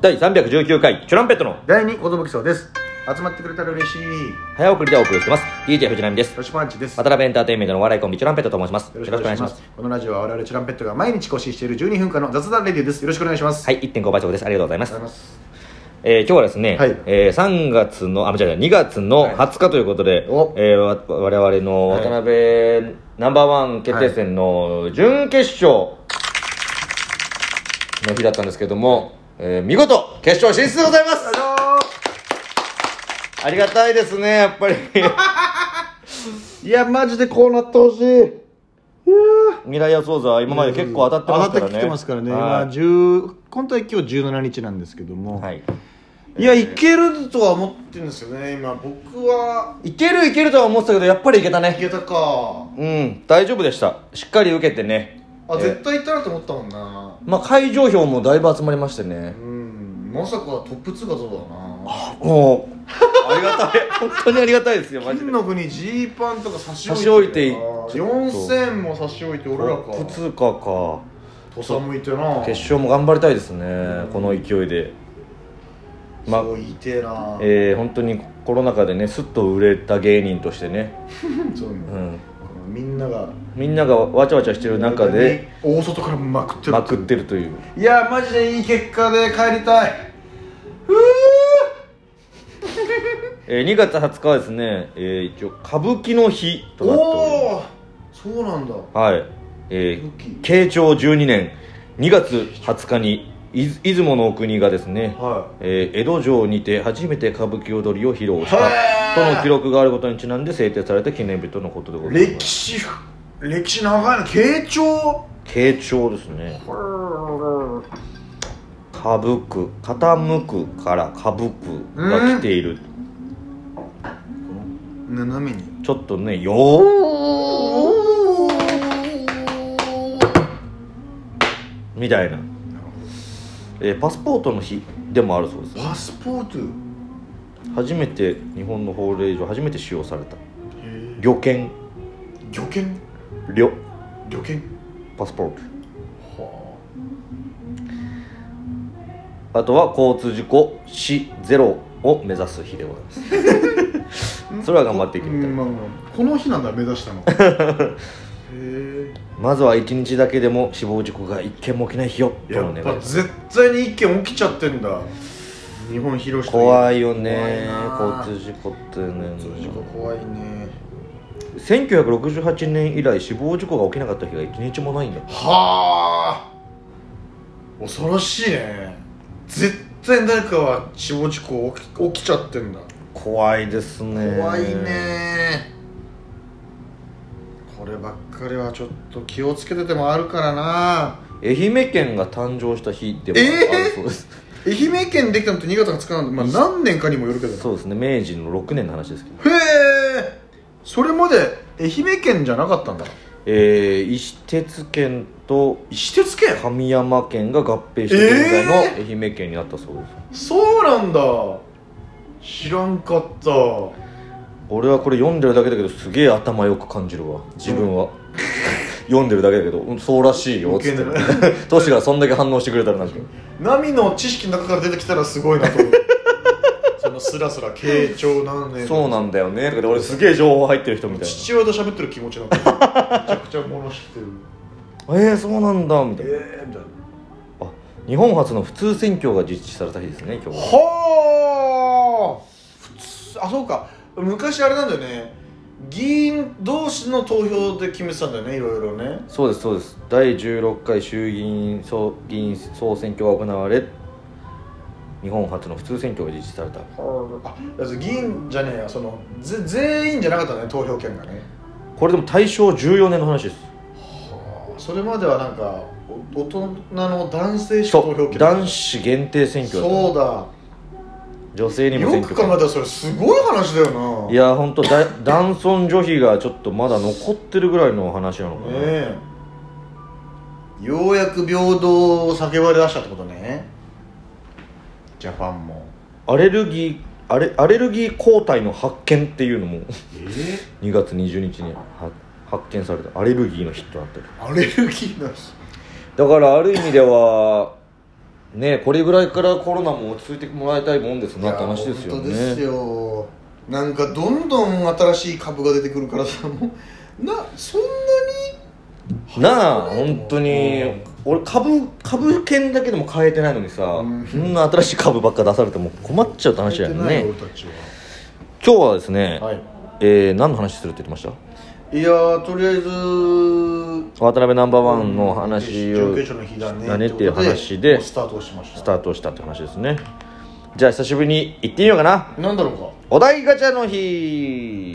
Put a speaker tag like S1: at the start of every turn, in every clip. S1: 第319回チュランペットの
S2: 第2寿賞です集まってくれたら嬉しい
S1: 早送りでお送りしてます DJ 藤波です
S2: よしパンチです
S1: 渡辺エンターテインメントのお笑いコンビチュランペットと申します
S2: よろしくお願いしますこのラジオは我々チュランペットが毎日更新している12分間の雑談レディオですよろしくお願いします
S1: はい1.5倍速ですありがとうございま
S2: あり
S1: す
S2: がとうございます
S1: えー今日はですね、
S2: はい
S1: えー3月のあ違う違う2月の20日ということで、
S2: お
S1: えーわ我々の
S2: はい
S1: 渡辺、ナンバーワン決定戦の準決勝の日だったんですけども、えー見事決勝進出でございますありがたいですねやっぱ り
S2: いやマジでこうなってほしいいや
S1: 未来予想座は今まで結構当たってますからね
S2: 当たってきてますからね
S1: は
S2: 今
S1: い
S2: 10今大会今日17日なんですけども、、
S1: はいい、
S2: やいけるとは思ってるんですよね今僕はい
S1: けるいけるとは思ってたけどやっぱりいけた
S2: い
S1: ね
S2: けたか
S1: うん大丈夫でしたしっかり受けてね
S2: あ、
S1: えー
S2: 絶対いったなと思ったもんな
S1: まあ会場票もだいぶ集まりましてね
S2: うんまさかトップ通過そうだな
S1: もうありがた い本当にありがたいですよマジ
S2: 金
S1: で
S2: の国ジーパンとか差し置いて
S1: 差し置いて
S2: 4000も差し置いて俺らか
S1: トップ通過か
S2: 土佐向いてな
S1: 決勝も頑張りたいですねこの勢いでまあ
S2: そういてえな
S1: えー、本当にコロナ禍でねすっと売れた芸人としてね、
S2: そうね
S1: うん、
S2: このみんなが
S1: みんながわちゃわちゃしてる中で
S2: 大外からまくってる
S1: まくってるという
S2: いやマジでいい結果で帰りたいふう
S1: えー、2月20日はですね、えー一応歌舞伎の日となっており
S2: おおそうなんだ
S1: ますはい、え
S2: 歌舞
S1: ー、
S2: 伎
S1: 慶長12年2月20日にい出雲の国がですね、
S2: は
S1: えー江戸城にて初めて歌舞伎踊りを披露した
S2: へー
S1: との記録があることにちなんで制定された記念日とのことでございま
S2: 歴
S1: す
S2: 史歴史長いの慶長
S1: 慶長ですね歌舞く傾くから歌舞くが来ている
S2: 斜めに
S1: ちょっとねよーみたいな、えーパスポートの日でもあるそうです
S2: パスポート
S1: 初めて日本の法令上初めて使用された
S2: へ
S1: 旅券
S2: え旅券
S1: 旅
S2: 旅券
S1: パスポート
S2: は
S1: あとは交通事故死ゼロを目指す日でございます
S2: あ
S1: それは頑張っていきたい
S2: まあまあこの日なんだ目指 したのへえ
S1: まずは1日だけでも死亡事故が1件も起きない日よと
S2: や
S1: の
S2: っ
S1: 願い
S2: ぱ
S1: です
S2: 絶対に一件起きちゃってんだ日本広島
S1: 怖いよね
S2: 怖いな
S1: 交通事故ってね
S2: 交通事故怖いね
S1: 1968年以来死亡事故が起きなかった日が1日もないんだ
S2: はあ恐ろしいね絶対誰かは死亡事故起き起きちゃってんだ
S1: 怖いですね
S2: 怖いねこればっかりはちょっと気をつけててもあるからな
S1: 愛媛県が誕生した日でも
S2: えー
S1: あるそうです、
S2: 愛媛県できたのと新潟がつかないのまあ何年かにもよるけどな
S1: そうですね明治の6年の話ですけど
S2: へえそれまで愛媛県じゃなかったんだ
S1: えー、石鉄県と
S2: 石鉄県
S1: 神山県が合併して現在の愛媛県になったそうです、
S2: そうなんだ知らんかった
S1: 俺はこれ読んでるだけだけどすげえ頭よく感じるわ自分は、読んでるだけだけどうんそうらしいよっつって
S2: ウケる
S1: トシがそんだけ反応してくれたらなんか
S2: 波の知識の中から出てきたらすごいなと思う そのスラスラ慶長何年
S1: そう
S2: の
S1: なんだよねとかで俺すげえ情報入ってる人みたい
S2: 父親と喋ってる気持ちなんだめちゃくちゃ物知ってる
S1: なえー、そうなんだみたいな
S2: ええみたいな
S1: あ日本初の普通選挙が実施された日ですね今日は
S2: はあ普通あそうか昔あれなんだよね議員同士の投票で決めてたんだよねいろいろね
S1: そうですそうです第16回衆議院総議員総選挙が行われ日本初の普通選挙が実施された
S2: あだって議員じゃねえやそのぜ全員じゃなかったね投票権がね
S1: これでも大正14年の話です
S2: それまではなんかお大人の男性しか投
S1: そ
S2: 票
S1: う
S2: 権
S1: 男子限定選挙だった
S2: そうだ
S1: 女性にも選
S2: よく
S1: 挙
S2: 考
S1: 権
S2: えたらそれすごい話だよない
S1: や本当だ男尊女卑がちょっとまだ残ってるぐらいの話なのかな、
S2: ねえようやく平等を叫ばれ出したってことねジャパンも
S1: アレルギーアレアレルギー抗体の発見っていうのも
S2: え
S1: 2月20日には発見されたアレルギーの日となってる
S2: アレルギーの日
S1: だからある意味ではねこれぐらいからコロナも落ち着いてもらいたいもんです
S2: いや
S1: なって話ですよ
S2: 本当
S1: ね
S2: ですよなんかどんどん新しい株が出てくるからさもうなそんな
S1: なあ本当に
S2: うん
S1: 俺株株券だけでも買えてないのにさ、
S2: うん
S1: そんな新しい株ばっか出されても困っちゃうって
S2: に
S1: 話だよ
S2: やってない
S1: ね
S2: よ俺たち
S1: 今日はですね、
S2: は、は
S1: えー何の話するって言ってました
S2: い、いやーとりあえず
S1: 渡辺ナンバーワンの話
S2: 準
S1: を
S2: 決勝の日だね
S1: だねっていう
S2: こと
S1: 話で
S2: もうスタートしました
S1: スタートしたって話ですねじゃあ久しぶりに行ってみようかな
S2: なんだろうか
S1: お題ガチャの日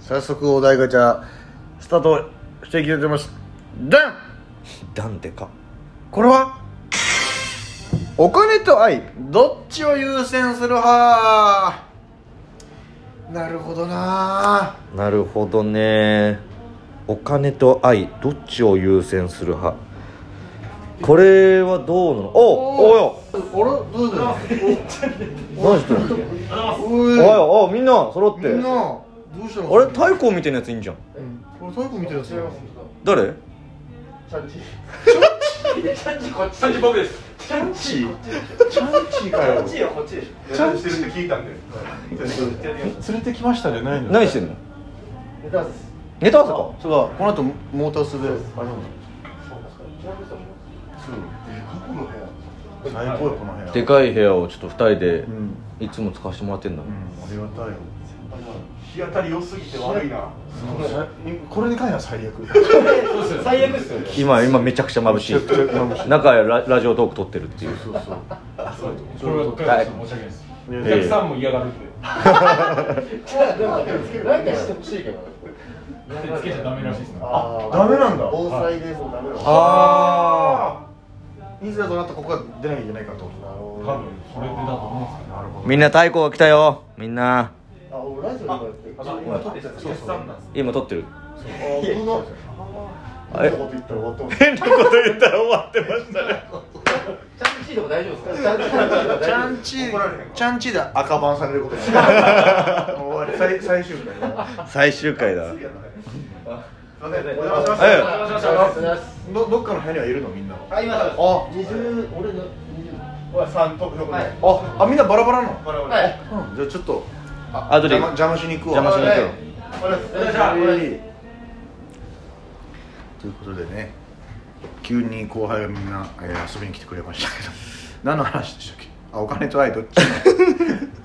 S2: 早速お題ガチャスタートしていきたいと思いますダン
S1: なんでか
S2: これはお金と愛どっちを優先する派なるほどな
S1: なるほどねお金と愛どっちを優先する派これはどうなのおおよ
S2: あれどうだよ
S1: 何してるの
S2: お
S1: お
S2: い
S1: はようおみんな揃って
S2: みんなどうしたの
S1: あれ太鼓みたいなやついいんじゃん
S2: うんこれタイプ見てるやつだよ
S1: 誰
S3: チャンチチャンチこっちチャンチ僕ですチャンチチ
S2: チャンチーか
S3: ャ
S2: よ
S3: ンチはこっちでしょ
S2: チャンチ
S3: チしてるって聞いたんで
S2: 連れてきましたじゃないの
S1: 何してんの
S3: ネタです
S1: ネタ合わ
S2: そうだこの後モータースであれなんだ
S3: この部屋
S2: 最高よこの部
S1: せか
S2: 屋
S1: でかい部屋をちょっと二人で
S2: うん、うん、
S1: いつも使わせてもらってんだ
S2: ありがたいよ
S3: 日当たり良すぎて悪いな
S2: これに関しては最悪
S3: 最悪ですよね
S1: 今今めちゃくちゃ眩しい中へララジオトーク撮ってるっていう
S2: そうそう
S4: これは大変申し訳ないです。お
S1: ええ
S4: 客さんも嫌がるんで、
S3: なんかしてほしいけど
S4: 手つけちゃダメらしいですね。
S3: あ
S2: ダメなんだ
S3: 防災でもうダメだ
S1: あ
S2: いざとなったらここが出なきゃいけないかってことなるほ
S4: 多分それでだと思うんですけど。
S1: あみんな太鼓が来たよみんな
S3: あ、俺ラジオだからってあ、そう今撮ってたそうそうそう
S1: 今撮ってる
S3: 危な
S1: あれ
S3: 変なこと言っ
S1: 変な
S3: たら終わってます
S1: こと言ったら終わってましたね
S3: チャンチでも大丈夫ですかチャンチ
S2: チャンチ
S3: 怒られへんか
S2: チャンチで赤番されることにな るもう終わり最最終回
S1: 最終回だ
S3: お邪魔し
S1: ま
S3: ま
S1: し
S3: した
S1: お
S3: たお
S1: 邪
S3: 邪魔しました
S2: どどっかの部屋にはいるのみんなは
S3: あ、今だ
S2: あ
S3: 二十、俺の二十。は三と六はい。
S2: ああみんなバラバラなの、
S3: これはい。
S2: うん、じゃあちょっと
S1: あとで
S2: 邪魔邪魔しに行くわ
S1: 邪魔しに行くよ
S3: これです。じゃあ、これ。
S2: はいということでね急に後輩がみんな、えー遊びに来てくれましたけど 何の話でしたっけあお金と愛どっち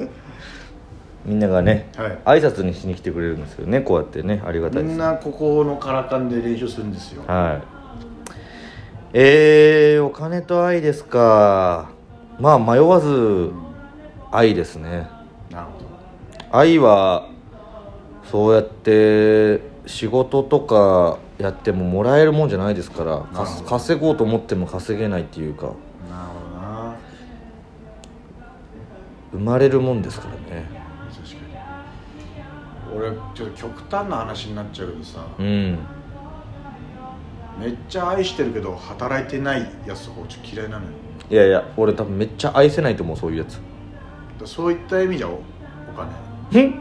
S1: みんながね、
S2: は
S1: 挨拶にしに来てくれるんですけどねこうやってねありがた
S2: み
S1: いです
S2: んなここのカラカンで練習するんですよ
S1: はいえー、お金と愛ですかまあ迷わず愛ですね
S2: なるほど
S1: 愛はそうやって仕事とかやってももらえるもんじゃないですからかす稼ごうと思っても稼げないっていうか
S2: なるほどな
S1: 生まれるもんですからね
S2: 確かに俺ちょっと極端な話になっちゃうけどさ、
S1: うん
S2: めっちゃ愛してるけど働いてないやつとかちょっと嫌いなのよ
S1: いやいや俺多分めっちゃ愛せないと思うそういうやつ
S2: だからそういった意味じゃおお金
S1: ん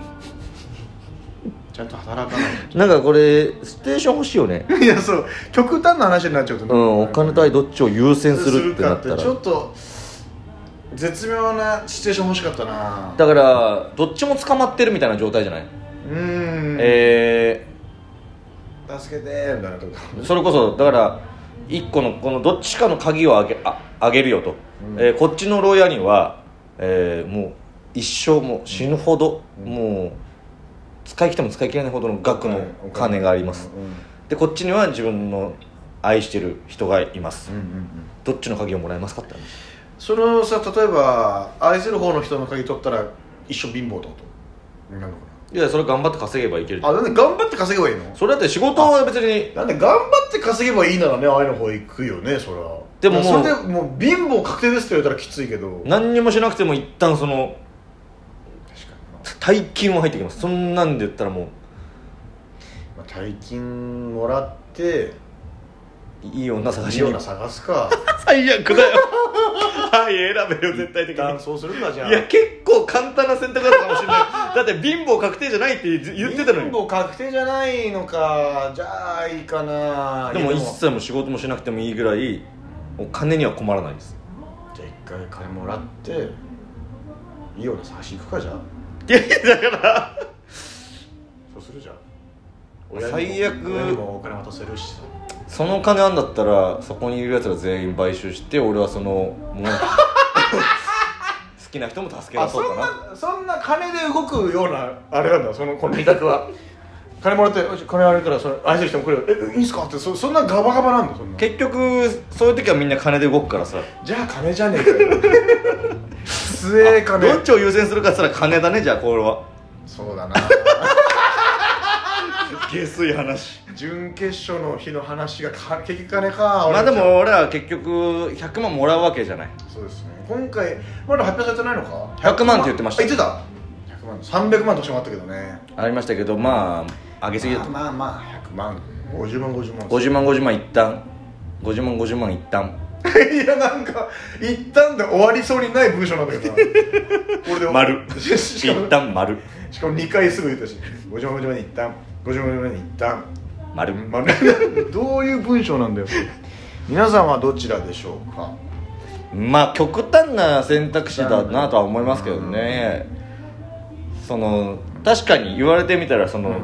S2: ちゃんと働かない
S1: なんかこれステーション欲しいよね
S2: といやそう極端な話になっちゃうとね
S1: うんお金と愛どっちを優先す
S2: す
S1: るっ
S2: るってて
S1: な
S2: な
S1: っ
S2: ったた
S1: ら
S2: らちょっと絶妙なシチュエーション欲しかったな
S1: だからどっちも捕まってるみたいな状態じゃない、
S2: うーん、
S1: え
S2: 助けてーみたいなとこ
S1: ーそれこそだから一個のこのどっちかの鍵をあげああげるよと、
S2: うん
S1: えーこっちの牢屋には、えーもう一生もう死ぬほど、
S2: うん
S1: もう使い切っても使い切れないほどの額の
S2: お
S1: 金があります、
S2: うん
S1: でこっちには自分の愛してる人がいます、
S2: うんうんうん
S1: どっちの鍵をもらえますかって話
S2: そのさ例えば愛する方の人の鍵取ったら一生貧乏だとなるのか
S1: いやそれ頑張って稼げばいける
S2: なあなんで頑張って稼げばいいの
S1: それだって仕事は別に
S2: なんで頑張って稼げばいいならね愛の方行くよねそ
S1: で
S2: りゃ
S1: ももう
S2: それでもう貧乏確定ですって言われたらきついけど確か
S1: 何にもしなくても一旦その大金は入ってきますそんなんで言ったらも
S2: に、まあ、大金もらって
S1: ういい女探し
S2: いい
S1: に
S2: 女探すか
S1: 最悪だよ はい選べよ絶対
S2: 一
S1: 的
S2: 旦
S1: に
S2: そうするんだじゃん
S1: いや結構簡単な選択だったかもしれないだって貧乏確定じゃないって言ってたの
S2: 貧
S1: に
S2: 乏確定じゃないのかじゃあいいかな
S1: でも
S2: いや
S1: 一切も仕事もしなくてもいいぐらいお金には困らないです
S2: じゃあ一回金もらってイオンに差し行くかじゃあ
S1: いやいやだから
S2: そうするじゃん
S1: 最悪
S2: 親にも親にもお金渡せるしさ
S1: その金あんだったらそこにいるやつら全員買収して俺はその もう好きな人も助け出
S2: あ
S1: そか
S2: そうん
S1: な
S2: なそんな金で動くようなあれなんだその この企画は金もらってよし金あれからそれ愛する人も来るよえいいんすかってそそんなガバガバなんだそんな
S1: 結局そういう時はみんな金で動くからさ
S2: じゃあ金じゃねえか よ末金
S1: どっちを優先するかっつったら金だねじゃあこれは
S2: そうだな
S1: 下水話
S2: 準決勝の日の話がか結局金か
S1: まあ
S2: 俺
S1: で
S2: たち
S1: も俺ら結局100万もらうわけじゃない
S2: そうですね今回まだ発表されてないのか
S1: 100万って言ってました
S2: あ言ってた100万300万としてもあったけどね
S1: ありましたけどまあ上げすぎだと
S2: まあまあ100万50万50万
S1: 50万50万一旦50万50万一旦
S2: いやなんか一旦で終わりそうにない文章なんだけどな俺で
S1: 丸
S2: しかも
S1: 一旦丸
S2: しかも2回すぐ言ったし50万50万に一旦50万50万に一旦
S1: 丸
S2: まあ どういう文章なんだよ皆さんはどちらでしょうか
S1: まあ極端な選択肢だなとは思いますけどねその確かに言われてみたらその、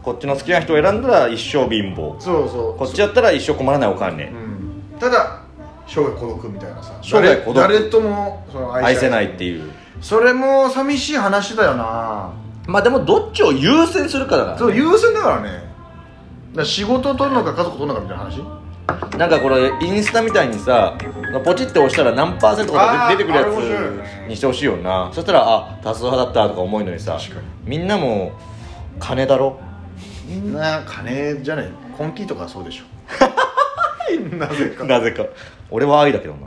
S1: こっちの好きな人を選んだら一生貧乏
S2: そうそう
S1: こっちやったら一生困らないお金
S2: うんただ生涯孤独みたいなさ
S1: 生涯孤独
S2: 誰誰ともその
S1: 愛せないって
S2: う
S1: いう
S2: それも寂しい話だよな
S1: まあでもどっちを優先するかだか
S2: そう優先だからねだから仕事取るのか家族取るのかみたいな話
S1: らなんかこれインスタみたいにさポチって押したら何パーセントか
S2: あー
S1: 出出てくるや
S2: あれ面白
S1: つにしてほしいよなそしたらあ多数派だったとか思うのにさ
S2: 確かに
S1: みんなも金だろ
S2: みんな金じゃないコンキーとかそうでしょなぜ か
S1: なぜか俺は愛だけどな